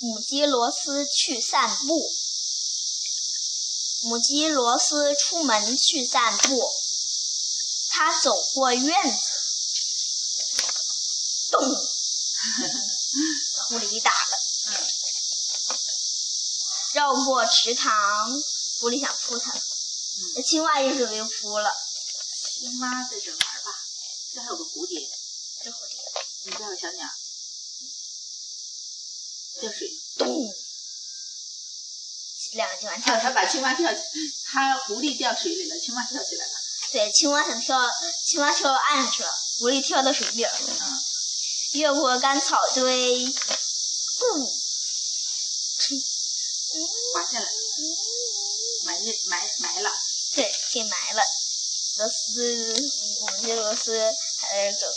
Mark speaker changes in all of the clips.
Speaker 1: 母鸡罗斯去散步。母鸡罗斯出门去散步，它走过院子，咚，狐狸打了。嗯绕过池塘，狐狸想扑它，那青蛙也准备扑了。
Speaker 2: 青蛙在这玩吧，这还有个蝴蝶，
Speaker 1: 这会儿
Speaker 2: 你这还有小鸟，掉水。
Speaker 1: 咚，两个青蛙跳
Speaker 2: 跳，
Speaker 1: 起
Speaker 2: 它
Speaker 1: 来。
Speaker 2: 把青蛙跳，它狐狸掉水里了，青蛙跳起来了。
Speaker 1: 对，青蛙想跳，青蛙跳到岸上，狐狸跳到水边儿，
Speaker 2: 嗯，
Speaker 1: 越过干草堆，咕，吹，
Speaker 2: 滑下来，埋进埋埋了。
Speaker 1: 对，给埋了。罗斯，我们这罗斯还在这儿走，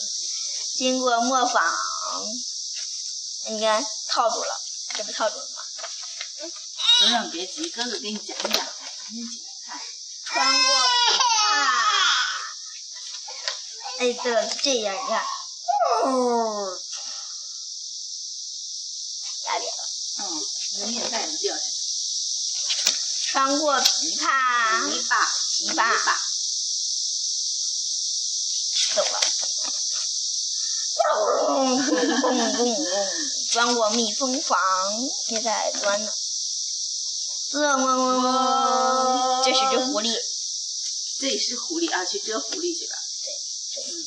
Speaker 1: 经过磨坊，你看套住了，这不套住了吗？
Speaker 2: 永远别急，哥哥给你讲一讲，赶紧起来看。
Speaker 1: 穿过啊，哎，对了，这样你看，哦，打脸了。
Speaker 2: 嗯，你也带着掉下来。
Speaker 1: 穿过琵琶
Speaker 2: 泥巴，
Speaker 1: 泥巴
Speaker 2: 啊泥巴，
Speaker 1: 走了。嗡嗡嗡嗡嗡，钻过蜜蜂房，现在还钻呢。嗡嗡嗡嗡，这是只狐狸。
Speaker 2: 这也是狐狸啊，去捉狐狸去了。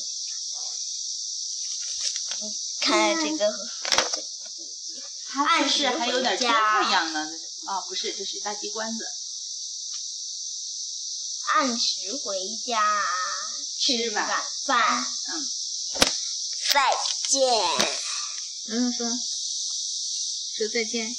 Speaker 1: 看这个，
Speaker 2: 它
Speaker 1: 暗
Speaker 2: 暗示
Speaker 1: 示
Speaker 2: 还有点
Speaker 1: 回
Speaker 2: 遮
Speaker 1: 家
Speaker 2: 太阳呢。哦，不是，这是大鸡冠子。
Speaker 1: 按时回家
Speaker 2: 吃
Speaker 1: 晚
Speaker 2: 吧。
Speaker 1: 饭。
Speaker 2: 嗯，
Speaker 1: 再见。
Speaker 2: 嗯，说说再见。